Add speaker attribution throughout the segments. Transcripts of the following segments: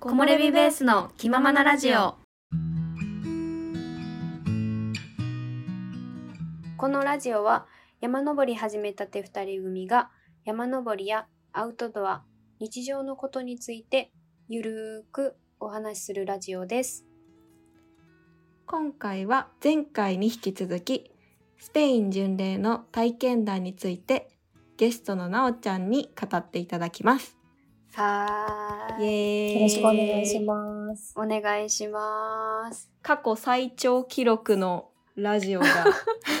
Speaker 1: 木漏れ日ベースの気ままなラジオ
Speaker 2: このラジオは山登り始めたて2人組が山登りやアウトドア日常のことについてゆるーくお話しするラジオです
Speaker 3: 今回は前回に引き続きスペイン巡礼の体験談についてゲストのなおちゃんに語っていただきます。
Speaker 2: は
Speaker 3: イエ
Speaker 2: ーい
Speaker 3: ーイ
Speaker 4: よろしくお願いします。
Speaker 2: お願いします
Speaker 3: 過去最長記録のラジオが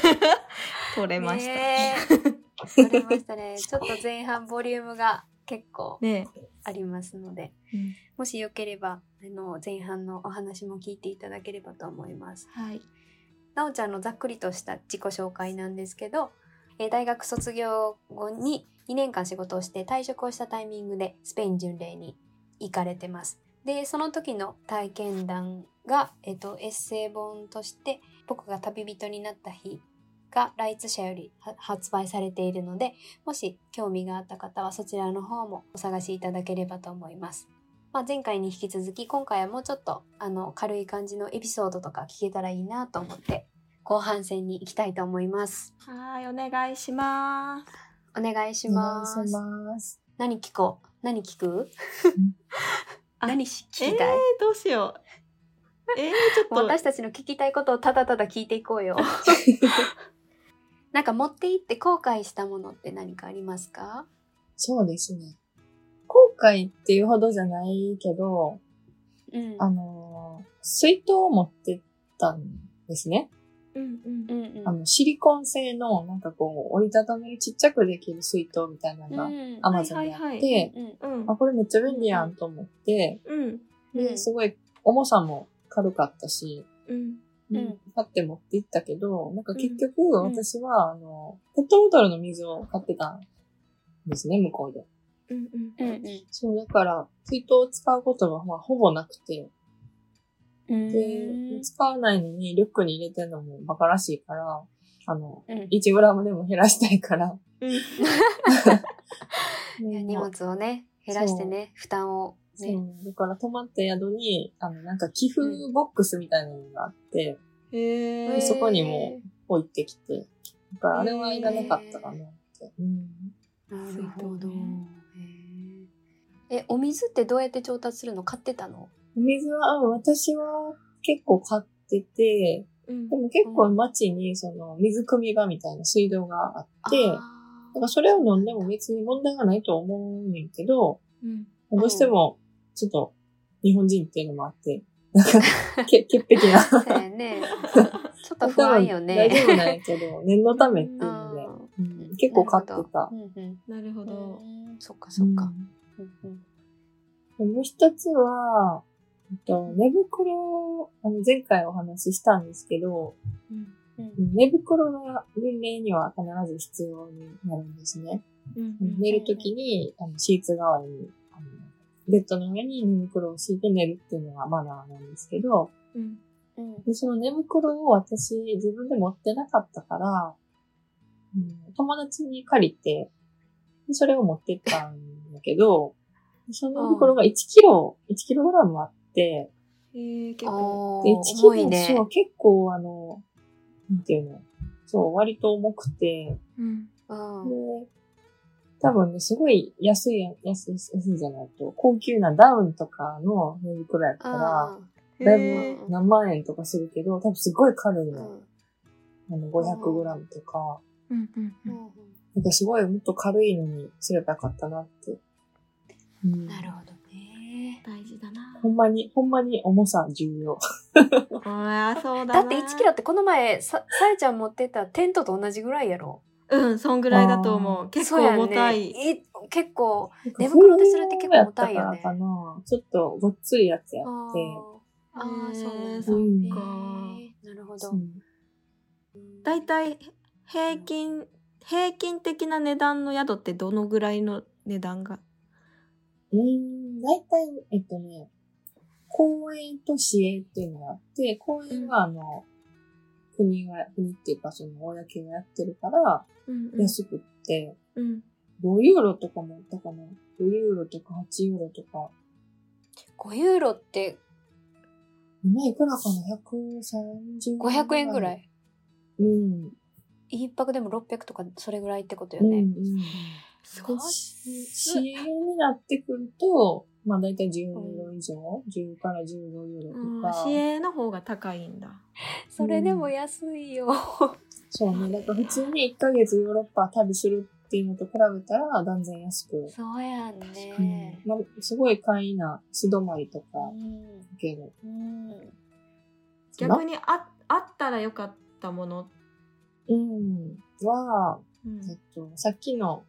Speaker 3: 撮れました。
Speaker 2: ねえ撮れましたねちょっと前半ボリュームが結構
Speaker 3: ね
Speaker 2: ありますので
Speaker 3: え
Speaker 2: もしよければあの前半のお話も聞いていただければと思います
Speaker 3: はい。
Speaker 2: なおちゃんのざっくりとした自己紹介なんですけど、えー大学卒業後に2年間仕事をして退職をしたタイミングでスペイン巡礼に行かれてます。で、その時の体験談が、えっとエッセイ本として「僕が旅人になった日」がライツ社よりは発売されているのでもし興味があった方はそちらの方もお探しいただければと思います。まあ、前回に引き続き今回はもうちょっとあの軽い感じのエピソードとか聞けたらいいなと思って後半戦に行きたいと思います。
Speaker 3: はい、お願いします。
Speaker 2: お願いし
Speaker 4: お
Speaker 2: ま
Speaker 4: 願い
Speaker 2: す。
Speaker 4: します。
Speaker 2: 何聞こう何聞く
Speaker 3: あ
Speaker 2: 何し
Speaker 3: え
Speaker 2: 聞
Speaker 3: ー
Speaker 2: きたい、、
Speaker 3: どうしよう。えー、ちょっと。
Speaker 2: 私たちの聞きたいことをただただ聞いていこうよ。なんか持って行って後悔したものって何かありますか
Speaker 4: そうですね。後悔っていうほどじゃないけど、
Speaker 2: うん。
Speaker 4: あのー、水筒を持ってったんですね。
Speaker 3: うんうん
Speaker 2: うんうん。
Speaker 4: あの、シリコン製の、なんかこう、折りたためるちっちゃくできる水筒みたいなの
Speaker 2: う
Speaker 4: が、
Speaker 2: ん。
Speaker 4: アマゾンにあ
Speaker 3: はいは
Speaker 4: っ
Speaker 3: い
Speaker 4: て、
Speaker 2: うん。
Speaker 3: うん
Speaker 4: あ、これめっちゃ便利やんと思って、
Speaker 3: うん
Speaker 2: うん
Speaker 4: ですごい重さも軽かったし、
Speaker 3: うん
Speaker 2: うん
Speaker 4: 買って持って行ったけど、なんか結局、
Speaker 2: んうん
Speaker 4: 私は、あの、ペットボトルの水を買ってたんですね、向こうで。
Speaker 3: うん
Speaker 2: う
Speaker 3: うんん
Speaker 4: そう、だから、水筒を使うことは、まあ、ほぼなくて、
Speaker 2: うん。
Speaker 4: で、使わないのに、リュックに入れてるのもバカらしいから、あの、
Speaker 2: うん。
Speaker 4: 1グラムでも減らしたいから。
Speaker 3: うん。
Speaker 2: いや荷物をね、減らしてね、負担を
Speaker 4: そ
Speaker 2: ね。
Speaker 4: う、だから泊まった宿に、あの、なんか寄付ボックスみたいなのがあって、
Speaker 3: へ
Speaker 2: で
Speaker 3: ー
Speaker 2: そこ
Speaker 4: にも置いてきて、だからあれはいらなかったかなって。うん
Speaker 2: なるほど
Speaker 3: そうね。
Speaker 2: へーえ、お水ってどうやって調達するの買ってたの
Speaker 4: お水は、うん私は結構買ってて、
Speaker 3: うん
Speaker 4: でも結構街にその水汲み場みたいな水道があって、だからそれを飲んでも別に問題がないと思うねんけど、
Speaker 3: うん
Speaker 4: どうしてもちょっと日本人っていうのもあって、なんか、 け潔癖な。
Speaker 2: そうやね。ちょっと不安よ
Speaker 4: 大丈
Speaker 2: ね。
Speaker 4: 夫なんやけ ど、念のためっていうので、うん結構買ってた
Speaker 2: う。んうん
Speaker 3: なるほど。
Speaker 2: うんそっかそっか。
Speaker 4: ん
Speaker 2: うんうん
Speaker 4: でもう一つは、えっと寝袋、あの前回お話ししたんですけど、
Speaker 3: うん
Speaker 4: 寝袋が年齢には必ず必要になるんですね。
Speaker 3: うん
Speaker 4: 寝るときにあのシーツ代わりにあの、ベッドの上に寝袋を敷いて寝るっていうのがマナーなんですけど、
Speaker 3: うん
Speaker 2: うん
Speaker 4: でその寝袋を私自分で持ってなかったから、うん、友達に借りて、でそれを持ってったんだけど、その寝袋が1キロ、1キログラムあって、
Speaker 3: えー、結構。
Speaker 2: お
Speaker 4: で、
Speaker 2: ー
Speaker 4: 1キ
Speaker 2: 重い
Speaker 4: ロ、
Speaker 2: ね
Speaker 4: そう、。結構あの、なんていうの、そう、割と重くて、
Speaker 3: うん
Speaker 2: うんうん
Speaker 4: で、多分ね、すごい安い、安い、安いじゃないと、高級なダウンとかの寝袋やったら、だい
Speaker 3: へ
Speaker 4: ぶ何万円とかするけど、多分すごい軽いの。あの、500グラムとか。
Speaker 3: うんうん
Speaker 2: う
Speaker 3: うんん
Speaker 4: なんかすごいもっと軽いのにすればよかったなって。うん
Speaker 2: なるほどね。
Speaker 3: 大事だな。
Speaker 4: ほんまに、ほんまに重さ 重要。
Speaker 3: ああ、そうだ
Speaker 2: だ
Speaker 3: な。
Speaker 2: って1キロってこの前さ、さえちゃん持ってたテントと同じぐらいやろ
Speaker 3: うん、そんぐらいだと思う。結
Speaker 2: そうや
Speaker 3: 構
Speaker 2: んね
Speaker 3: 重たい。
Speaker 2: え結構。
Speaker 4: 寝
Speaker 2: 袋ってそれって結構重たいよね
Speaker 4: かな。ちょっとごっついやつやっ
Speaker 2: あー
Speaker 4: て。
Speaker 2: あー、そうなんだ
Speaker 3: そ
Speaker 4: うん
Speaker 3: っか。
Speaker 2: へーなるほど
Speaker 4: う。ん
Speaker 3: だいたい平均、平均的な値段の宿ってどのぐらいの値段が
Speaker 4: うーん、大体、えっとね、公園と市営っていうのがあって、公園はあの、国が、国っていうかその、公がやってるから、
Speaker 3: うんうん
Speaker 4: 安くって、
Speaker 3: うん。
Speaker 4: 5ユーロとかもあったかな。5ユーロとか8ユーロとか、
Speaker 2: 5ユーロって
Speaker 4: 今いくらかな ?130
Speaker 2: 500円ぐら。い。
Speaker 4: うん。
Speaker 2: 一泊でも600とかそれぐらいってことよ
Speaker 4: うん、
Speaker 2: ね。
Speaker 4: うん。
Speaker 1: す
Speaker 4: で、支援になってくると、まあ大体10ユーロ以上、10から15ユーロとか。
Speaker 3: 市営の方が高いんだ。
Speaker 2: それでも安いよ。
Speaker 4: そうね。だから普通に1ヶ月ヨーロッパ旅するっていうのと比べたら断然安く。
Speaker 2: そうやん
Speaker 4: う
Speaker 2: ね
Speaker 4: ん。まあ、すごい簡易な素泊まりとか
Speaker 2: うん
Speaker 4: 受ける。
Speaker 2: うん
Speaker 3: 逆にああったらよかったもの。
Speaker 4: うん。は、
Speaker 3: うん
Speaker 4: えっと、さっきの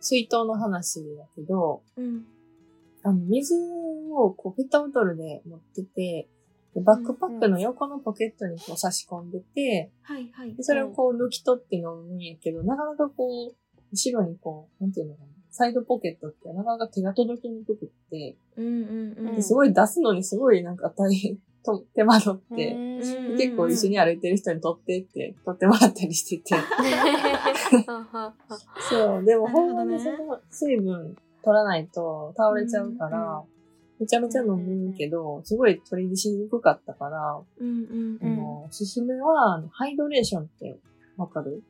Speaker 4: 水筒の話だけど、
Speaker 3: うん
Speaker 4: あの、水をこうペットボトルで持ってて、でバックパックの横のポケットにこう差し込んでて、
Speaker 3: はいはい
Speaker 4: で。それをこう抜き取って飲むんやけど、なかなかこう、後ろにこう、なんていうのかな、サイドポケットってなかなか手が届きにくくって、
Speaker 3: うんうんうん。
Speaker 4: すごい出すのにすごいなんか大変、 と手間取って、
Speaker 2: うん
Speaker 3: うんうんうん
Speaker 4: 結構一緒に歩いてる人に撮ってって、撮ってもらったりして て。そう、でも
Speaker 3: なるほ
Speaker 4: ほん
Speaker 3: ど
Speaker 4: ま
Speaker 3: ね
Speaker 4: にその水分取らないと倒れちゃうから、
Speaker 3: うんうん
Speaker 4: めちゃめちゃ飲むけど、すごい取りしにくかったから、
Speaker 3: うんうんう
Speaker 4: あ
Speaker 3: ん。
Speaker 4: のおすすめは、あのハイドレーションってわかる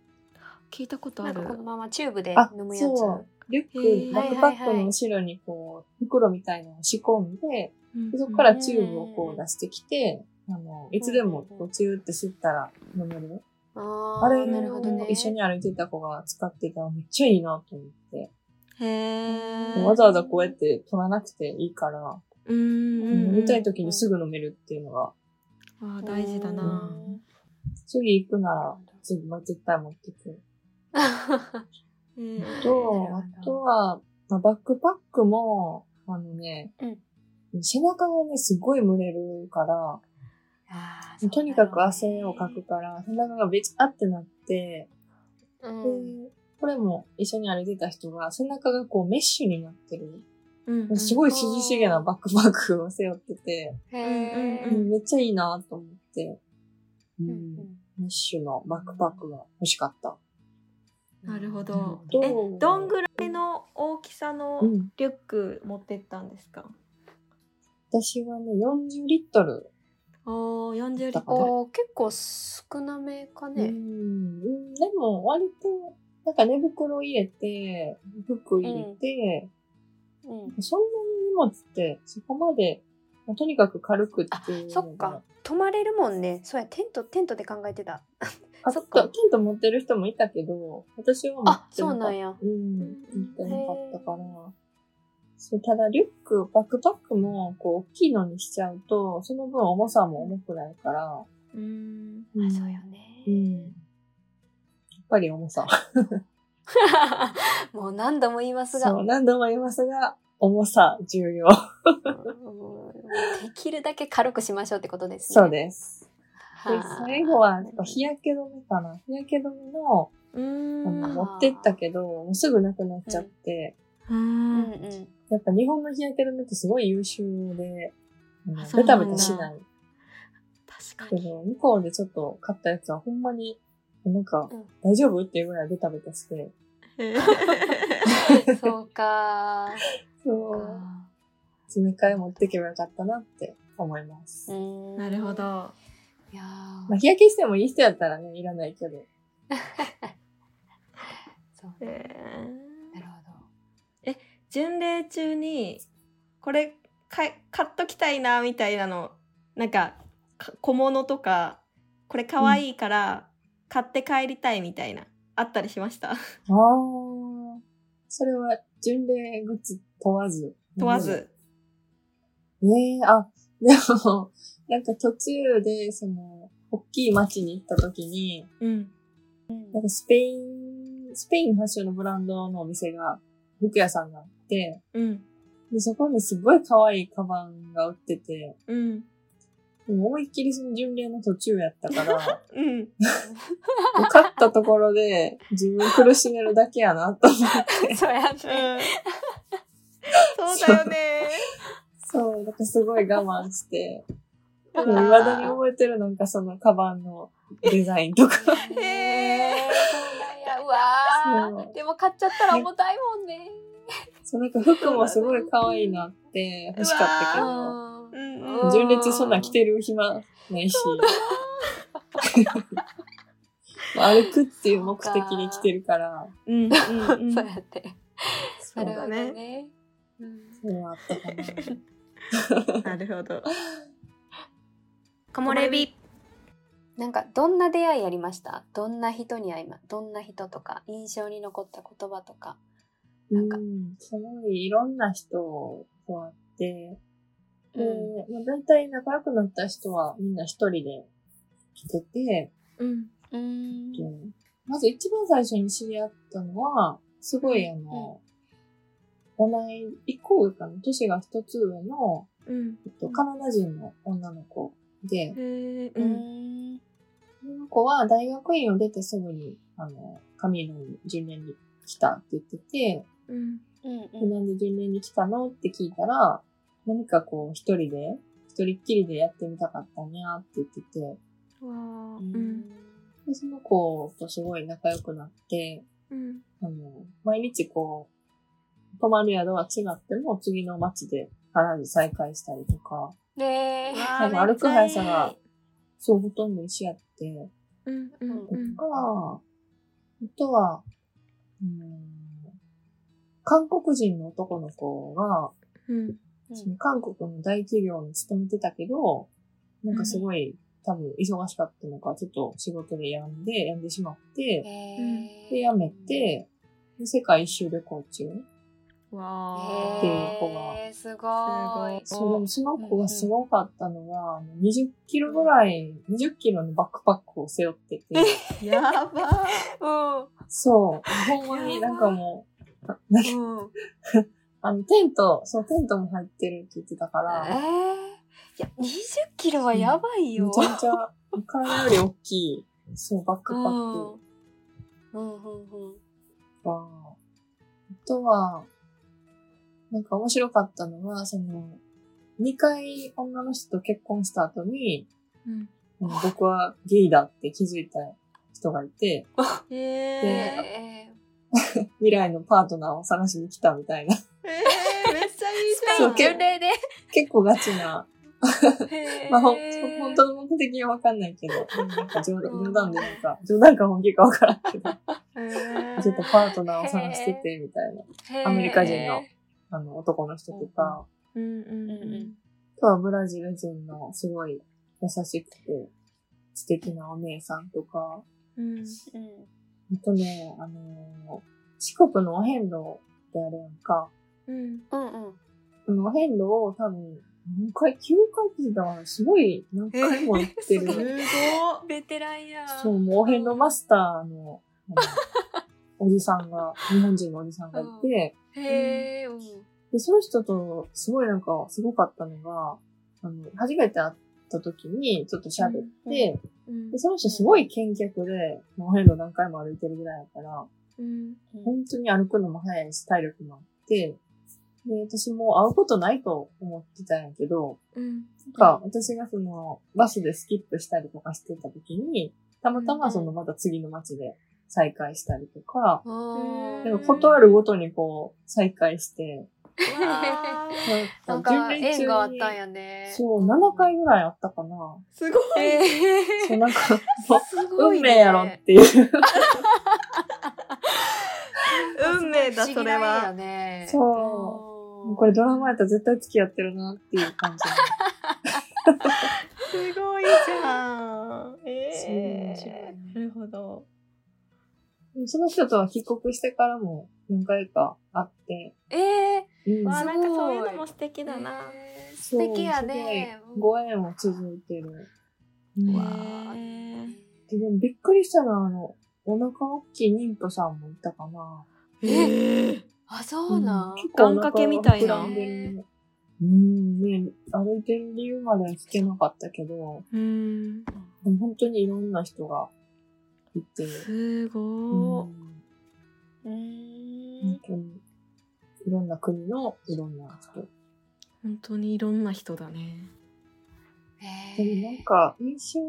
Speaker 3: 聞いたこと
Speaker 2: な
Speaker 3: あ
Speaker 2: んか
Speaker 3: る。
Speaker 2: このままチューブで
Speaker 4: あ
Speaker 2: 飲むやつ。
Speaker 4: そう。リュ
Speaker 3: へ
Speaker 4: ック、
Speaker 3: ー
Speaker 4: バックパックの後ろにこう、袋みたいなのを仕込んで、
Speaker 3: うん
Speaker 4: そこからチューブをこう出してきて、あの、いつでもこうチューって吸ったら飲める。
Speaker 2: あ
Speaker 4: あれ
Speaker 2: ーなるほどね。
Speaker 4: 一緒に歩いてた子が使ってたらめっちゃいいなと思って。
Speaker 3: へえ。
Speaker 4: わざわざこうやって取らなくていいから、
Speaker 3: うんうんうん。
Speaker 4: 飲みたい時にすぐ飲めるっていうのが、
Speaker 3: あー大事だな。
Speaker 4: 次行くなら、次は絶対持ってくる。
Speaker 3: えー
Speaker 4: と、
Speaker 2: なる
Speaker 4: あ
Speaker 2: ほど
Speaker 4: とは、まあ、バックパックも、あのね、背中がね、すごい蒸れるから、とにかく汗をかくから、背中がべちゃってなって、
Speaker 2: うん。
Speaker 4: でこれも一緒に歩いてた人が、背中がこうメッシュになってる。
Speaker 3: うんうん
Speaker 4: すごい涼しげなバックパックを背負ってて、
Speaker 2: へ
Speaker 3: う
Speaker 2: ー
Speaker 3: んうん
Speaker 4: めっちゃいいなと思って、う、
Speaker 2: うんん
Speaker 4: メッシュのバックパックが欲しかった。
Speaker 3: なるほど。
Speaker 4: どう
Speaker 3: え、どんぐらいの大きさの
Speaker 4: うん、
Speaker 3: リュック持ってったんですか。
Speaker 4: 私はね、40リットル。
Speaker 3: おお、四十リッ
Speaker 4: だか
Speaker 3: ト
Speaker 2: おー結構少なめか
Speaker 4: う
Speaker 2: ね。
Speaker 4: ん、でも割と、なんか寝袋入れて、服入れて、
Speaker 2: うん。
Speaker 4: そんなに荷物ってそこまで、まあとにかく軽くっていうのが。
Speaker 2: そっか。泊まれるもんね。そうや、テント、テントで考えてた。
Speaker 4: あ。
Speaker 2: そ
Speaker 4: そ
Speaker 2: っ
Speaker 4: っ
Speaker 2: か
Speaker 4: か。テント持ってる人もいたけど、私は持
Speaker 2: あ
Speaker 4: っ、て
Speaker 2: そ
Speaker 4: な
Speaker 2: う
Speaker 4: かっ
Speaker 2: な
Speaker 4: た
Speaker 2: んや。
Speaker 4: うん、行ってなかったから。そうただ、リュック、バックパックも、こう、大きいのにしちゃうと、その分重さも重くなるから。
Speaker 3: ル。うん。
Speaker 2: あ、そうよ
Speaker 4: う
Speaker 2: ね。
Speaker 4: ん。やっぱり重さ。
Speaker 2: もう何度も言いますが、
Speaker 4: そうう、
Speaker 2: ん
Speaker 4: 何度も言いますが、重さ、重要。
Speaker 2: できるだけ軽くしましょうってことですね。
Speaker 4: そうです。で
Speaker 2: はい。
Speaker 4: 最後は、やっぱ日焼け止めかな。日焼け止めの、
Speaker 3: う
Speaker 4: あ
Speaker 3: ん。
Speaker 4: の持ってったけど、もうすぐなくなっちゃって、
Speaker 3: う
Speaker 2: うん
Speaker 3: ん。
Speaker 2: うん。
Speaker 4: やっぱ日本の日焼け止めってすごい優秀で、あの
Speaker 3: あそう
Speaker 4: ベタ
Speaker 3: なんだ
Speaker 4: ベタしない。
Speaker 3: 確か
Speaker 4: け
Speaker 3: に。
Speaker 4: ど、向こうでちょっと買ったやつはほんまに、なんか
Speaker 2: うん、
Speaker 4: 大丈夫っていうぐらいベタベタして。
Speaker 3: へー
Speaker 2: そうか。
Speaker 4: そう。詰め替え持ってけばよかったなって思います。
Speaker 2: な
Speaker 3: なるほ。ど。
Speaker 2: いやー
Speaker 4: まあ、日焼けしてもいい人やったらね、いらないけど。
Speaker 2: そう。
Speaker 3: え
Speaker 2: な
Speaker 3: ー
Speaker 2: るほど。
Speaker 3: 巡礼中に。これ、か、買っときたいなみたいなの。なんか。か小物とか。これ可愛いから。買って帰りたいみたいな。あったりしました。
Speaker 4: ああ。それは、巡礼グッズ問わず。
Speaker 3: 問わず。
Speaker 4: ねえ、あ、でも、なんか途中で、その、大きい街に行った時に、
Speaker 3: うん。
Speaker 4: なんかスペイン、スペイン発祥のブランドのお店が、服屋さんがあって、
Speaker 3: うん。
Speaker 4: で、そこにすごい可愛いカバンが売ってて、
Speaker 3: うん。
Speaker 4: でも思いっきりその巡礼の途中やった から、
Speaker 3: うん。
Speaker 4: 受かったところで自分苦しめるだけやなと思っ て。
Speaker 2: そうやね。
Speaker 3: そうだよね。
Speaker 4: そう、なんかすごい我慢して。
Speaker 2: うわ
Speaker 4: 未だに覚えてるなんかそのカバンのデザインとか。
Speaker 2: へえ。そうなんや。うわ
Speaker 4: そ
Speaker 2: ー。
Speaker 4: う
Speaker 2: でも買っちゃったら重たいもんね。
Speaker 4: そう、なんか服もすごい可愛いなって欲しかったけど、
Speaker 2: あー
Speaker 3: うん
Speaker 2: うわー
Speaker 4: 純烈そんなん着てる暇ないし、歩くっていう目的に来てるから、
Speaker 3: うんうんうん
Speaker 2: そうやって。
Speaker 4: そ
Speaker 2: な
Speaker 4: う
Speaker 2: る
Speaker 3: だ
Speaker 2: ほど
Speaker 3: ね
Speaker 2: ね。うん
Speaker 4: そうあったか
Speaker 3: な
Speaker 4: な。
Speaker 3: るほど。
Speaker 1: 木漏れ日。
Speaker 2: なんかどんな出会いありましたどんな人に会いまどんな人とか印象に残った言葉とかなんか
Speaker 4: うん、すごいいろんな人と会って、
Speaker 2: う
Speaker 4: で、
Speaker 2: ん
Speaker 4: まあ、大体仲良くなった人はみんな一人で来てて、
Speaker 3: うん
Speaker 2: うーん
Speaker 4: うんまず一番最初に知り合ったのは、すごいあの、同い、一個上かな、年が一つ上の、
Speaker 3: うん。
Speaker 4: えっと、カナダ人の女の子で、
Speaker 3: へえ。
Speaker 2: う
Speaker 3: うんん。
Speaker 4: この子は大学院を出てすぐに、あの、神野に巡礼に来たって言ってて、
Speaker 3: うん。
Speaker 2: うんう
Speaker 4: で
Speaker 2: ん
Speaker 4: なんで巡礼に来たのって聞いたら、何かこう一人で、一人っきりでやってみたかったにゃーって言ってて、
Speaker 3: わあ。う。
Speaker 2: うんん
Speaker 4: でその子とすごい仲良くなって、
Speaker 3: うん。
Speaker 4: あの、毎日こう、泊まる宿は違っても次の街で必ず再会したりとか、
Speaker 2: で
Speaker 4: 多分歩く速さがそうほとんど一緒やって、
Speaker 3: うんうん
Speaker 4: と
Speaker 3: うん。
Speaker 4: か、あとは、うん、韓国人の男の子が、
Speaker 3: うん。
Speaker 4: その韓国の大企業に勤めてたけど、なんかすごい、多分忙しかったのか、ちょっと仕事で病んで、病んでしまって、で、辞めて、で世界一周旅行中。
Speaker 3: わあ。
Speaker 4: っていう子が
Speaker 2: えーすごい
Speaker 4: そう、でもその子がすごかったのは、20キロぐらい、20キロのバックパックを背負ってて、
Speaker 3: やば
Speaker 4: そう、ほんまになんかもう、な
Speaker 2: うんうん
Speaker 4: あの、テント、そう、テントも入ってるって言ってたから、
Speaker 2: えーいや20キロはやばい
Speaker 4: め
Speaker 2: よ
Speaker 4: ちゃめちゃ、体より大きい、そう、バックパック。
Speaker 2: うんうんうん
Speaker 4: か、あとは、なんか面白かったのは、その、2回女の人と結婚した後に、
Speaker 3: うん。
Speaker 4: うん僕はゲイだって気づいた人がいて、
Speaker 3: へ
Speaker 4: で
Speaker 3: え。
Speaker 2: え
Speaker 4: 未来のパートナーを探しに来たみたいな、
Speaker 3: ええ、めっちゃいい
Speaker 2: ー
Speaker 3: じゃん。
Speaker 4: そう
Speaker 2: スペイン巡礼で
Speaker 4: 結構ガチな、
Speaker 2: へー
Speaker 4: まあ、ほん本当の目的はわかんない けど、うんなんか冗談冗談でなんか、冗談か本気かわからんけど、
Speaker 3: へー
Speaker 4: ちょっとパートナーを探しててみたいな、
Speaker 2: へー
Speaker 4: アメリカ人のあの、男の人とか、
Speaker 3: うんうんうん。
Speaker 4: あとはブラジル人のすごい優しくて素敵なお姉さんとか、
Speaker 3: うん。
Speaker 2: うん
Speaker 4: あとね、あのー四国のお遍路ってあるやんか、
Speaker 3: うん。
Speaker 2: うんうん
Speaker 4: あのお遍路を多分、何回、9回聞いたからすごい何回も行っ て
Speaker 2: えーす
Speaker 4: る。
Speaker 2: ご
Speaker 3: ご
Speaker 2: ベテランやん
Speaker 4: そう、もうお遍路マスタ ーの、あのおじさんが、日本人のおじさんがいて、
Speaker 2: へえ、うん。
Speaker 4: で、その人と、すごいなんか、すごかったのが、あの、初めて会った時に、ちょっと喋って、
Speaker 3: うん
Speaker 4: で、その人すごい健脚で、もう遍路何回も歩いてるぐらいだから、
Speaker 3: うん。
Speaker 4: 本当に歩くのも早いし、体力もあって、で、私も会うことないと思ってたんやけど、
Speaker 3: うん。
Speaker 4: なんか、私がその、バスでスキップしたりとかしてた時に、たまたまその、また次の街で再会したりとか、
Speaker 2: あ
Speaker 4: な
Speaker 3: で
Speaker 4: ん
Speaker 3: も
Speaker 4: か、ことあるごとにこう、再会して、
Speaker 2: わなん
Speaker 4: 巡
Speaker 2: か
Speaker 4: 礼中に
Speaker 2: 縁があったんやね。
Speaker 4: そう、7回ぐらいあったかな。
Speaker 3: すごい。
Speaker 2: えー
Speaker 4: そう、なんか、もう
Speaker 2: すごいね
Speaker 4: 運命やろっていう。
Speaker 3: 運命だ、それ
Speaker 2: 不思議な縁や
Speaker 3: は。
Speaker 2: ね
Speaker 4: そ
Speaker 2: う
Speaker 4: う。もうんこれドラマやったら絶対付き合ってるなっていう感じ。
Speaker 3: すごいじゃん。
Speaker 4: そう面白い
Speaker 3: ええ。なるほど。
Speaker 4: その人とは帰国してからも何回か会って、
Speaker 2: えー
Speaker 4: うん
Speaker 3: わあ、
Speaker 2: すご
Speaker 3: な
Speaker 2: い
Speaker 3: んかそういうのも素敵だな。
Speaker 2: えー
Speaker 4: そ
Speaker 2: 素
Speaker 4: う
Speaker 2: 敵やね。
Speaker 4: すごいご縁を続いてる。うん
Speaker 2: わ
Speaker 3: え
Speaker 4: ででもびっくりしたのは、あの、お腹大きい妊婦さんもいたかな。
Speaker 3: ええ。
Speaker 2: あ、そうなん。
Speaker 4: 結構お
Speaker 3: 願
Speaker 4: 腹
Speaker 3: 掛けみたいな
Speaker 4: 膨らんでるうん、ね、歩いてる理由までは聞けなかったけど、
Speaker 3: うん。
Speaker 4: でも本当にいろんな人がいて、
Speaker 3: す
Speaker 4: う
Speaker 3: ご
Speaker 4: ん
Speaker 2: うー
Speaker 4: 本
Speaker 2: ん。
Speaker 4: 当にいろんな国のいろんな人。
Speaker 3: 本当にいろんな人だね。
Speaker 4: でもなん
Speaker 2: え
Speaker 4: か、印象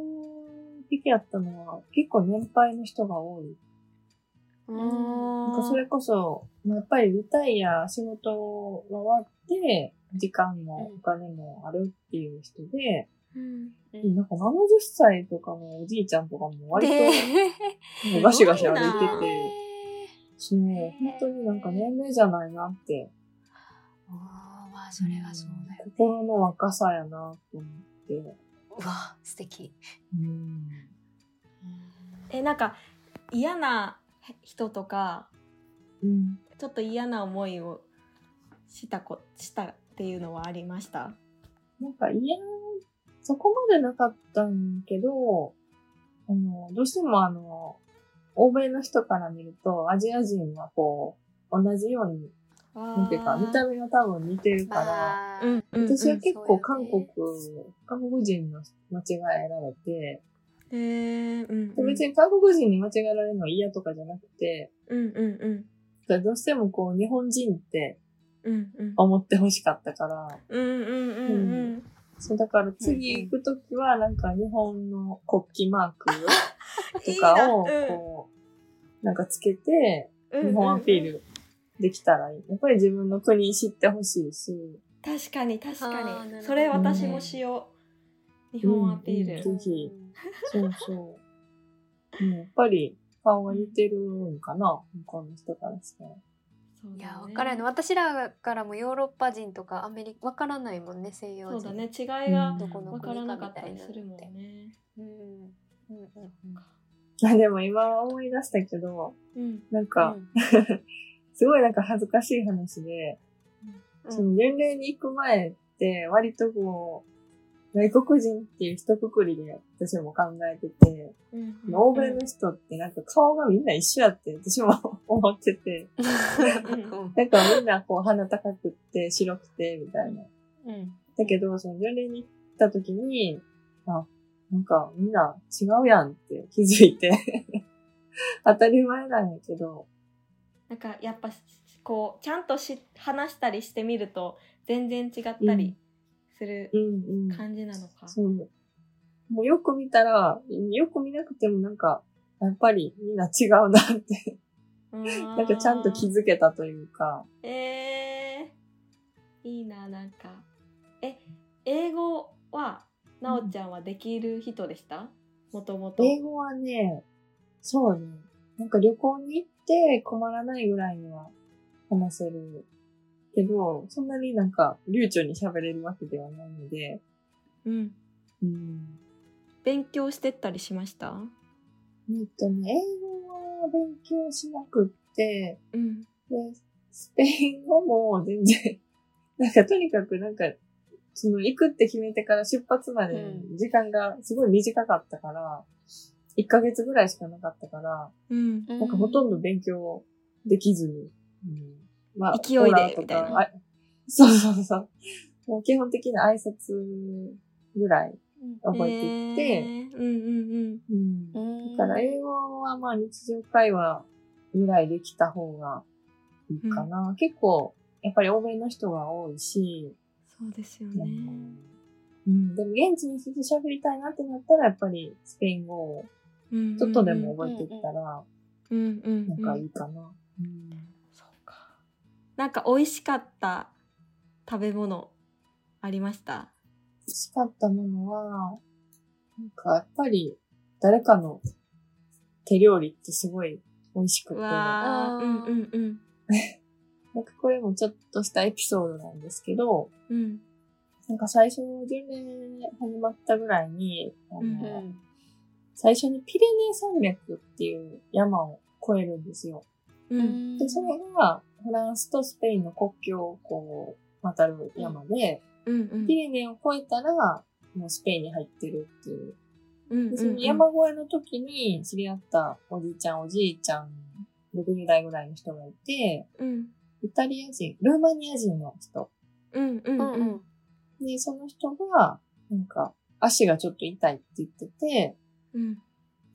Speaker 4: 的だったのは、結構年配の人が多いなんかそれこそ、まあやっぱりリタイア、仕事が終わって、時間もお金もあるっていう人で、
Speaker 1: うん
Speaker 2: うん
Speaker 4: なんか70歳とかのおじいちゃんとかも割と
Speaker 2: で、
Speaker 4: もうガシガシ歩い
Speaker 3: すご
Speaker 4: て
Speaker 3: い
Speaker 4: て、そう、本当になんか年齢じゃないなって、
Speaker 2: あーまあそれはそうだよね。
Speaker 4: 心の若さやなと思って、
Speaker 2: うわ素敵。
Speaker 4: うん。
Speaker 3: えなんか嫌な人とか
Speaker 4: うん。
Speaker 3: ちょっと嫌な思いをしたこしたっていうのはありました
Speaker 4: なんか嫌、そこまでなかったんけど、あの、どうしてもあの、欧米の人から見ると、アジア人はこう、同じように、なんていうか、見た目が多分似てるから、
Speaker 2: まあ、
Speaker 3: うんうん、うん、
Speaker 4: 私は結構
Speaker 2: そう
Speaker 4: 韓
Speaker 2: よ
Speaker 4: 国、
Speaker 2: ね
Speaker 4: 韓国人の間違えられて、
Speaker 3: えー、うん
Speaker 4: で別に韓国人に間違えられるのは嫌とかじゃなくて、
Speaker 3: うんうんうん
Speaker 4: だからどうしてもこう日本人って
Speaker 3: うんうん
Speaker 4: 思ってほしかったから、
Speaker 3: うんうんうんうん
Speaker 4: そうだから次行くときはなんか日本の国旗マークとか を
Speaker 3: いいなうん
Speaker 4: こう、なんかつけて、
Speaker 3: うんうん
Speaker 4: 日本アピールできたらいい。やっぱり自分の国知ってほしいし、
Speaker 3: 確かに確
Speaker 2: あーな
Speaker 3: か
Speaker 2: るほど
Speaker 3: にそれ私もしよう日本アピール、
Speaker 4: うんぜひそうそう。うんやっぱり顔が似てるんかな向こうの人からしたら。
Speaker 3: そうだね
Speaker 2: いや、わからんの。私らからもヨーロッパ人とかアメリカ、わからないもんね、西洋
Speaker 3: そ
Speaker 2: 人。
Speaker 3: うだね違いが
Speaker 2: どこの
Speaker 3: 分から
Speaker 2: 国か
Speaker 3: なか
Speaker 2: み
Speaker 3: ったた
Speaker 2: い
Speaker 3: り
Speaker 2: な
Speaker 3: す
Speaker 2: の
Speaker 3: るもん
Speaker 2: って。
Speaker 3: ね
Speaker 2: うん。うんうん
Speaker 4: あでも今思い出したけど、
Speaker 3: うん
Speaker 4: なんか、
Speaker 2: うん
Speaker 4: すごいなんか恥ずかしい話で、
Speaker 2: うん
Speaker 4: その年齢に行く前って割とこう、外国人っていう一括りで私も考えてて、
Speaker 3: うん
Speaker 4: 欧米の人ってなんか顔がみんな一緒やって私も 思ってて、
Speaker 2: うん
Speaker 4: なんかみんなこう鼻高くって白くてみたいな。
Speaker 2: うん
Speaker 4: だけど、その年齢に行った時に、あ、なんかみんな違うやんって気づいて、 当たり前なんやけど、
Speaker 3: なんかやっぱこうちゃんとし話したりしてみると全然違ったりする
Speaker 4: うんうん。
Speaker 3: 感じなのか、
Speaker 4: そう。もうよく見たら、よく見なくてもなんか、やっぱりみんな違うなって、
Speaker 3: な
Speaker 4: なんかちゃんと気づけたというか、
Speaker 3: えー、いいななんかえ英語はなおちゃんはできる人でしたもともと
Speaker 4: 英語はね、そうね、なんか旅行に行って困らないぐらいには話せるけど、そんなになんか流暢に喋れるわけではないので、
Speaker 3: うん
Speaker 4: うん。
Speaker 3: 勉強してったりしました
Speaker 4: えっとね、英語は勉強しなくって、
Speaker 3: うん
Speaker 4: で、スペイン語も全然、 なんかとにかくなんか、その行くって決めてから出発まで
Speaker 2: う
Speaker 4: 時間がすごい短かったから、1ヶ月ぐらいしかなかったから、
Speaker 3: うん
Speaker 2: う
Speaker 4: なんかほとんど勉強できずに、うんま
Speaker 3: 勢いで
Speaker 4: オラとか
Speaker 3: みたいな
Speaker 4: あそうそうそう。もう基本的な挨拶ぐらい覚えていって、
Speaker 3: えーうんうんうん
Speaker 4: うん
Speaker 2: うん
Speaker 4: だから英語はまあ日常会話ぐらいできた方がいいかな。結構、やっぱり欧米の人が多いし、
Speaker 3: そうですよ
Speaker 4: あの
Speaker 3: ね
Speaker 4: うん、でも現地について喋りたいなってなったら、やっぱりスペイン語をちょっとでも覚えていったら、
Speaker 3: うんうんうん
Speaker 4: なんかいいかな。
Speaker 3: そうかなんか美味しかった食べ物ありました
Speaker 4: 欲しかったものは、なんかやっぱり誰かの手料理ってすごい美味しく
Speaker 3: う
Speaker 4: て、
Speaker 3: わー
Speaker 2: あー
Speaker 3: うんうんうん
Speaker 4: なんかこれもちょっとしたエピソードなんですけど、
Speaker 3: うん
Speaker 4: なんか最初、10年始まったぐらいに、あの
Speaker 3: うん
Speaker 2: うん
Speaker 4: 最初にピレネー山脈っていう山を越えるんですよ。
Speaker 3: う
Speaker 2: うんん
Speaker 4: で、それがフランスとスペインの国境をこう渡る山で、
Speaker 3: うんうん
Speaker 4: ピレネーを越えたら、もうスペインに入ってるっていう。
Speaker 3: うんう
Speaker 4: で
Speaker 3: ん
Speaker 4: その山越えの時に知り合ったおじいちゃん、おじいちゃん、60代ぐらいの人がいて、
Speaker 3: うん
Speaker 4: イタリア人、ルーマニア人の人
Speaker 3: うんうん
Speaker 2: うんうん
Speaker 4: で、その人が、なんか、足がちょっと痛いって言ってて、
Speaker 3: うん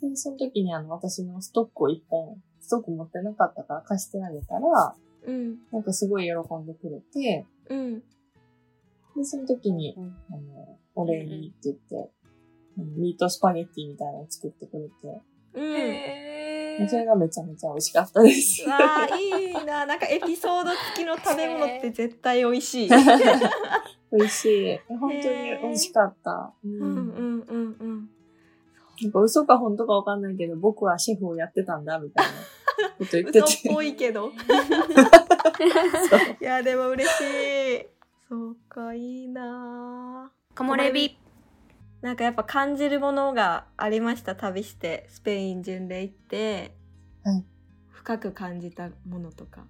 Speaker 4: で、その時にあの、私のストックを一本、ストック持ってなかったから貸してあげたら、
Speaker 3: うん
Speaker 4: なんかすごい喜んでくれて、
Speaker 3: うん
Speaker 4: で、その時に、あの、お礼にって言って、あのミートスパゲッティみたいなのを作ってくれて、
Speaker 3: うん
Speaker 2: へ
Speaker 3: へ
Speaker 4: それ
Speaker 3: ー
Speaker 4: がめちゃめちゃ美味しかったです
Speaker 3: う。わあいい ななんかエピソード付きの食べ物って絶対美味 しい。
Speaker 4: 美味しい。本当に美味しかった。う
Speaker 3: うんうんう
Speaker 4: ん
Speaker 3: んうん。
Speaker 4: なんか嘘か本当かわかんないけど、僕はシェフをやってたんだ、みたいなこと言って
Speaker 3: 嘘っ
Speaker 4: て。
Speaker 3: ぽいけ ど。いやでも嬉しい。そうかいいなあ。
Speaker 1: 木漏れ日。
Speaker 3: なんかやっぱ感じるものがありました旅してスペイン巡礼行って、
Speaker 4: はい
Speaker 3: 深く感じたものとか。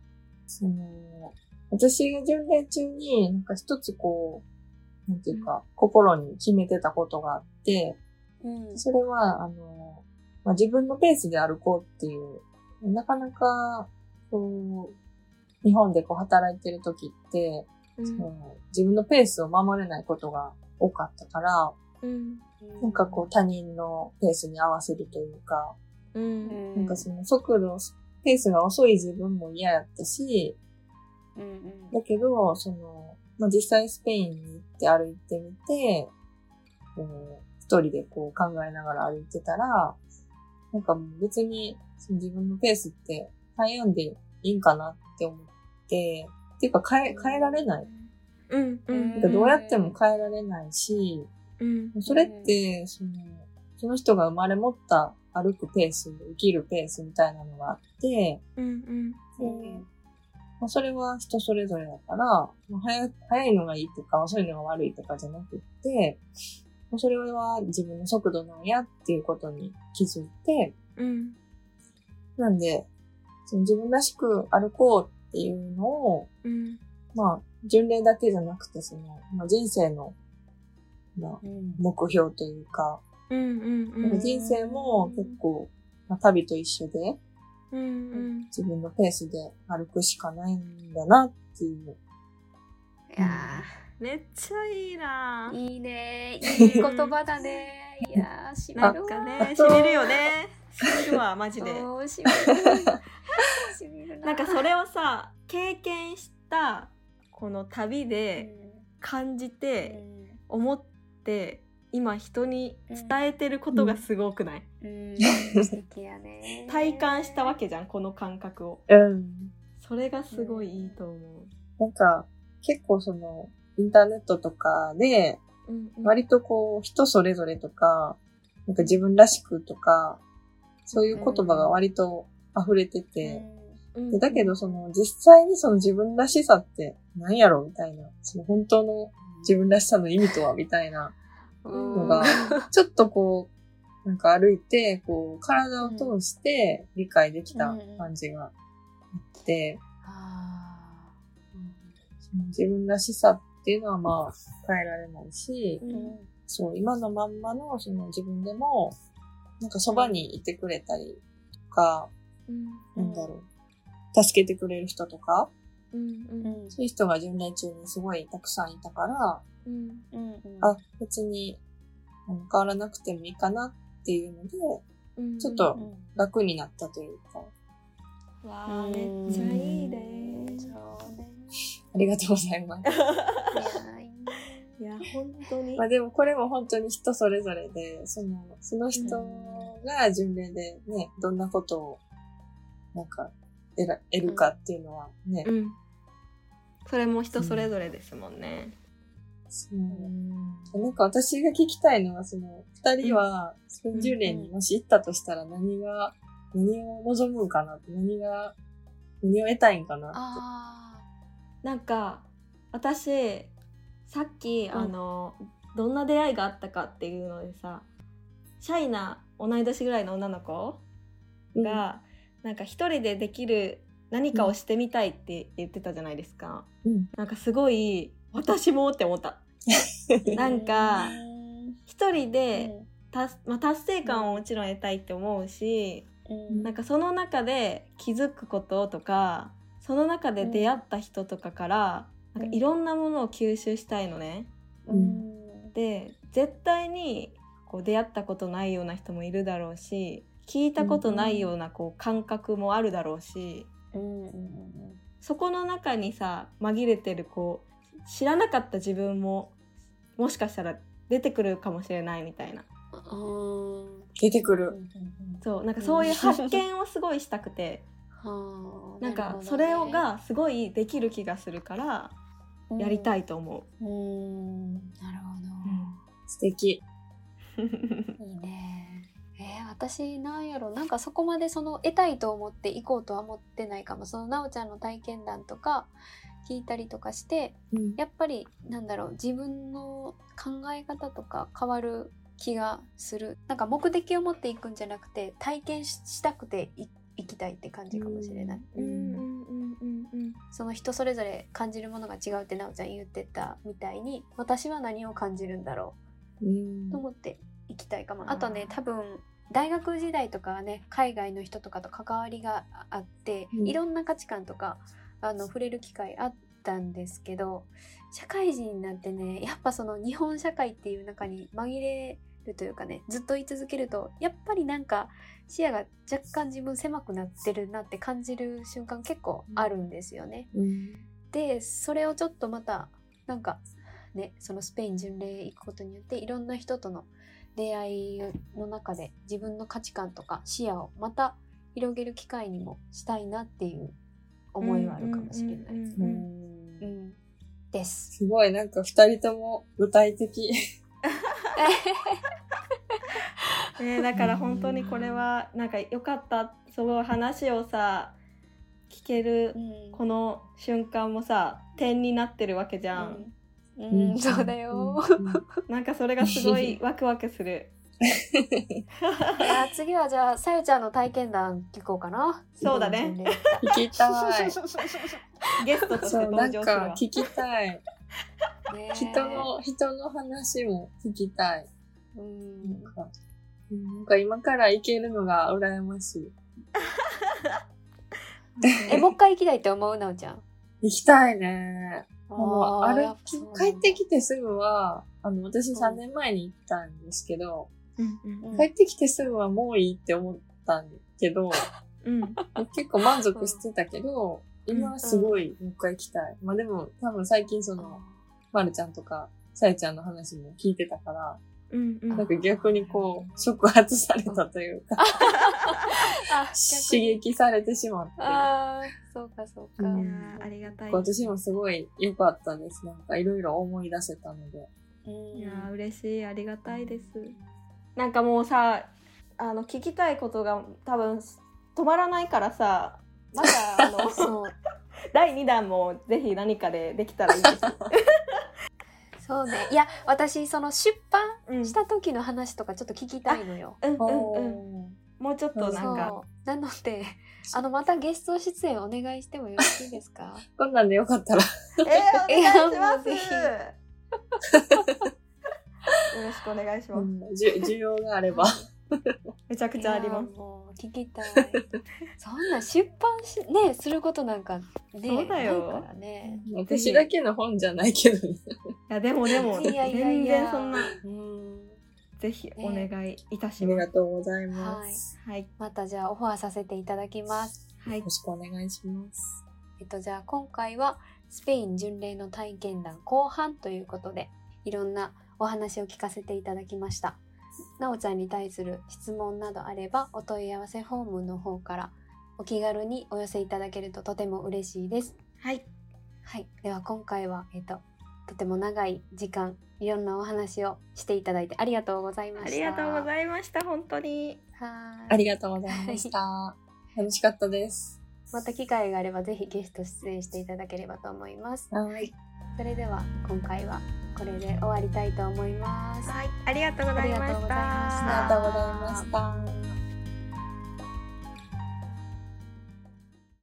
Speaker 4: その、私が巡礼中に、なんか一つこう、なんていうか、心に決めてたことがあって、
Speaker 2: うん
Speaker 4: それは、あの、まあ、自分のペースで歩こうっていう、なかなか、こう、日本でこう働いてる時って、
Speaker 3: うん
Speaker 4: その自分のペースを守れないことが多かったから、
Speaker 3: うん
Speaker 4: なんかこう他人のペースに合わせるというか、
Speaker 3: う
Speaker 2: うんん
Speaker 4: なんかその速度、ペースが遅い自分も嫌やったし、
Speaker 2: うんう
Speaker 4: だけど、その、まあ、実際スペインに行って歩いてみて、こう一人でこう考えながら歩いてたら、なんかもう別にその自分のペースって変えんでいいんかなって思って、っていうか変え、変えられない。
Speaker 3: うんう
Speaker 2: うん
Speaker 4: なんか
Speaker 3: ん
Speaker 4: どうやっても変えられないし、
Speaker 3: うん
Speaker 4: それって、その、その人が生まれ持った歩くペース、生きるペースみたいなのがあって、
Speaker 3: うんうん
Speaker 4: でまあ、それは人それぞれだから、まあ早早いのがいいとか、遅いのが悪いとかじゃなくって、もうそれは自分の速度なんやっていうことに気づいて、
Speaker 3: うん
Speaker 4: なんで、その自分らしく歩こうっていうのを、
Speaker 3: うん
Speaker 4: まあ、巡礼だけじゃなくて、その、まあ、人生の、まあ、
Speaker 2: ん
Speaker 4: 目標というか、
Speaker 3: うんうんうん
Speaker 4: なんか人生も結構、まあ、旅と一緒で
Speaker 3: うんうん
Speaker 4: 自分のペースで歩くしかないんだなっていう。
Speaker 2: いや
Speaker 3: めっちゃいいな
Speaker 2: ーいい ねーいい言葉だねーいやーしみる
Speaker 3: な
Speaker 2: わ
Speaker 3: んかねしみるよねしみるわマジで
Speaker 2: おーしみるしみる
Speaker 3: なんかそれをさ経験したこの旅で感じ
Speaker 2: う
Speaker 3: て
Speaker 2: ん
Speaker 3: 思って今人に伝えてることがすごくない
Speaker 2: うん素敵やねー
Speaker 3: 体感したわけじゃんこの感覚を
Speaker 4: うん。
Speaker 3: それがすごいいいと思う
Speaker 4: なんか、結構その、インターネットとかで、
Speaker 3: うんうん
Speaker 4: 割とこう、人それぞれとか、なんか自分らしくとか、そういう言葉が割と溢れてて、
Speaker 3: うん
Speaker 4: でだけどその、実際にその自分らしさって何やろみたいな、その本当の自分らしさの意味とはみたいな、
Speaker 2: うん
Speaker 4: のがちょっとこう、なんか歩いて、こう、体を通して理解できた感じがあって、
Speaker 2: あ
Speaker 4: その自分らしさっていうのはまあ変えられないし
Speaker 2: ー、うん
Speaker 4: そう、今のまんまのその自分でも、なんかそばにいてくれたりとか、
Speaker 3: うん
Speaker 4: なんだろう、助けてくれる人とか、
Speaker 3: うんうん
Speaker 2: うん
Speaker 4: そういう人が巡礼中にすごいたくさんいたから、
Speaker 3: うん
Speaker 2: うんうん
Speaker 4: あ、別にあの変わらなくてもいいかなっていうので、
Speaker 3: うん
Speaker 4: ちょっと
Speaker 2: うん
Speaker 4: 楽になったというか、
Speaker 3: わあめっちゃいいね
Speaker 2: そうね
Speaker 4: ありがとうございます。
Speaker 2: いやーいいね
Speaker 3: いや本当に
Speaker 4: まあでもこれも本当に人それぞれで、その、その人が巡礼でね、どんなことを、なんか、得ら得るかっていうのはね、
Speaker 3: うんそれも人それぞれですもんね
Speaker 4: そうなんか私が聞きたいのは、その、二人は、スペイン巡礼にもし行ったとしたら何が、何を望むんかなって、何が、何を得たいんかなっ
Speaker 2: あ
Speaker 3: なんか私さっき、あのどんな出会いがあったかっていうのでさシャイな同い年ぐらいの女の子
Speaker 4: て。うん、
Speaker 3: が、なんか一人でできる何かをしてみたいって言ってたじゃないですか、
Speaker 4: うん
Speaker 3: なんかすごい私もって思った
Speaker 2: ー
Speaker 3: なんか
Speaker 2: うん
Speaker 3: 一人でた、まあ、達成感をもちろん得たいって思うし、
Speaker 2: うん
Speaker 3: なんかその中で気づくこととかその中で出会った人とかから、
Speaker 2: うん
Speaker 3: なんかいろんなものを吸収したいのね。
Speaker 2: うん
Speaker 3: で絶対にこう出会ったことないような人もいるだろうし聞いたことないようなこう感覚もあるだろうし
Speaker 2: うんうん
Speaker 3: そこの中にさ紛れてるこう知らなかった自分ももしかしたら出てくるかもしれないみたいな。
Speaker 2: うん
Speaker 4: 出てくる。
Speaker 3: そうなんかそういう発見をすごいしたくて
Speaker 2: はあ
Speaker 3: なんかそれを、がすごいできる気がするからやりた
Speaker 2: い。
Speaker 3: いと思
Speaker 2: うん、なるほ
Speaker 3: う、
Speaker 4: 素敵。
Speaker 2: ど。いいね。えー、私なんやろなんかそこまでその得たいと思って行こうとは思ってないかもそのなおちゃんの体験談とか聞いたりとかして
Speaker 4: うん
Speaker 2: やっぱりなんだろう自分の考え方とか変わる気がするなんか目的を持っていくんじゃなくて体験ししたくてい行きたいって感じかもしれない、
Speaker 3: うんうんうんうんうん
Speaker 2: その人それぞれ感じるものが違うってなおちゃん言ってたみたいに私は何を感じるんだろ
Speaker 4: うん
Speaker 2: うと思って行きたいかも、
Speaker 3: うん
Speaker 2: あとね多分大学時代とかはね海外の人とかと関わりがあって、
Speaker 4: うん
Speaker 2: いろんな価値観とかあの触れる機会あったんですけど社会人になってねやっぱその日本社会っていう中に紛れるというかねずっと言い続けるとやっぱりなんか視野が若干自分狭くなってるなって感じる瞬間結構あるんですよね。
Speaker 4: うん
Speaker 2: でそれをちょっとまたなんかねそのスペイン巡礼行くことによっていろんな人との出会いの中で自分の価値観とか視野をまた広げる機会にもしたいなっていう思いはあるかもしれな
Speaker 3: う
Speaker 2: い。う
Speaker 3: うん
Speaker 2: んん
Speaker 3: うんうん
Speaker 2: です。
Speaker 4: すごい、なんか二人とも具体的。
Speaker 3: ねだから本当にこれはなんか良かったその話をさ聞ける
Speaker 2: うん
Speaker 3: この瞬間もさ点になってるわけじゃん、
Speaker 2: う
Speaker 4: うん
Speaker 2: ん、うんそうだよ。
Speaker 4: うんうん
Speaker 3: なんかそれがすごいワクワクする
Speaker 2: いや次はじ ゃあさゆちゃんの体験談聞こうかな。
Speaker 3: そうだね
Speaker 2: スペイン巡礼
Speaker 4: 聞 きたい。
Speaker 3: ゲストとして
Speaker 4: そう、
Speaker 3: 登
Speaker 4: なん
Speaker 3: 場するわ
Speaker 4: か聞きたい。
Speaker 2: ね
Speaker 4: 人の、人の話も聞きたい。
Speaker 2: うん
Speaker 4: なんか、うんなんか今から行けるのが羨ましい。
Speaker 2: えもう一回行きたいって思うなおちゃん。
Speaker 4: 行きたいね。もう
Speaker 2: あーや
Speaker 4: 歩
Speaker 2: っぱ
Speaker 4: き
Speaker 2: そうなん、だ
Speaker 4: 帰ってきてすぐは、あの、私
Speaker 2: うん
Speaker 4: 3年前に行ったんですけど、
Speaker 3: うん
Speaker 2: うん
Speaker 4: 帰ってきてすぐはもういいって思ったんけど、
Speaker 3: うんうん
Speaker 4: 結構満足してたけど、
Speaker 3: うん
Speaker 4: 今はすごいもう一回行きたい。まあでも多分最近その、まるちゃんとか、さえちゃんの話も聞いてたから、
Speaker 3: うんうん
Speaker 4: なんか逆にこう、触発されたというか、
Speaker 2: あ
Speaker 4: 刺激されてしまって。
Speaker 2: ああそうかそうか、
Speaker 4: う
Speaker 3: いや
Speaker 4: ん
Speaker 3: ーありがたい
Speaker 4: 私もすごい良かったです。なんかいろいろ思い出せたので。
Speaker 2: うん
Speaker 3: いやー嬉しいありがたいですなんかもうさあの聞きたいことが多分止まらないからさまだあ の
Speaker 2: そう
Speaker 3: 第2弾もぜひ何かでできたらいいです
Speaker 2: そうねいや私その出版
Speaker 3: うん
Speaker 2: した時の話とかちょっと聞きたいのよ、
Speaker 3: うん
Speaker 4: お
Speaker 3: うんうんもうちょっとなんか
Speaker 2: そうなのであのまたゲスト出演お願いしてもよろしいで すか
Speaker 4: こんなんでよかったら。
Speaker 3: えー、お願いし
Speaker 2: いや
Speaker 3: ま
Speaker 2: もう
Speaker 3: す
Speaker 2: ぜひ
Speaker 3: よろしくお願いします、
Speaker 4: うんじゅ需要があれば。
Speaker 3: めちゃくちゃありま
Speaker 2: い
Speaker 3: す
Speaker 2: やもう聞きたいそんな出版しねすることなんかね
Speaker 3: そうだよ
Speaker 2: ないからね
Speaker 4: 私だけの本じゃないけどね。
Speaker 3: いやでもでも
Speaker 2: いやいや
Speaker 3: 全
Speaker 2: いや
Speaker 3: 然そんな
Speaker 2: うん
Speaker 3: ぜひお願いいた
Speaker 4: あ
Speaker 3: し
Speaker 4: り
Speaker 3: ま
Speaker 4: が
Speaker 3: す
Speaker 4: とうございます。
Speaker 3: はい
Speaker 2: またじゃあオファーさせていただきます
Speaker 3: はい
Speaker 4: よろしくお願いします。
Speaker 2: えっと、じゃあ今回はスペイン巡礼の体験談後半ということでいろんなお話を聞かせていただきました。なおちゃんに対する質問などあればお問い合わせフォームの方からお気軽にお寄せいただけるととても嬉しいです。
Speaker 3: はい
Speaker 2: はい、では今回は、えっと、とても長い時間いろんなお話をしていただいてありがとうございま
Speaker 3: あ
Speaker 2: し
Speaker 3: り
Speaker 2: た。
Speaker 3: がとうご
Speaker 2: い
Speaker 3: ざいました本当に
Speaker 2: ます。は
Speaker 4: あ
Speaker 2: ーい
Speaker 4: りがとうございました。楽しかったです。
Speaker 2: また機会があればぜひゲスト出演していただければと思います。
Speaker 4: はい。
Speaker 2: それでは今回はこれで終わりたいと思います。
Speaker 3: はいありがとうご
Speaker 2: あ
Speaker 3: ざい
Speaker 2: りが
Speaker 3: ま
Speaker 2: とうございま
Speaker 3: し
Speaker 2: した
Speaker 4: ありがとうございました。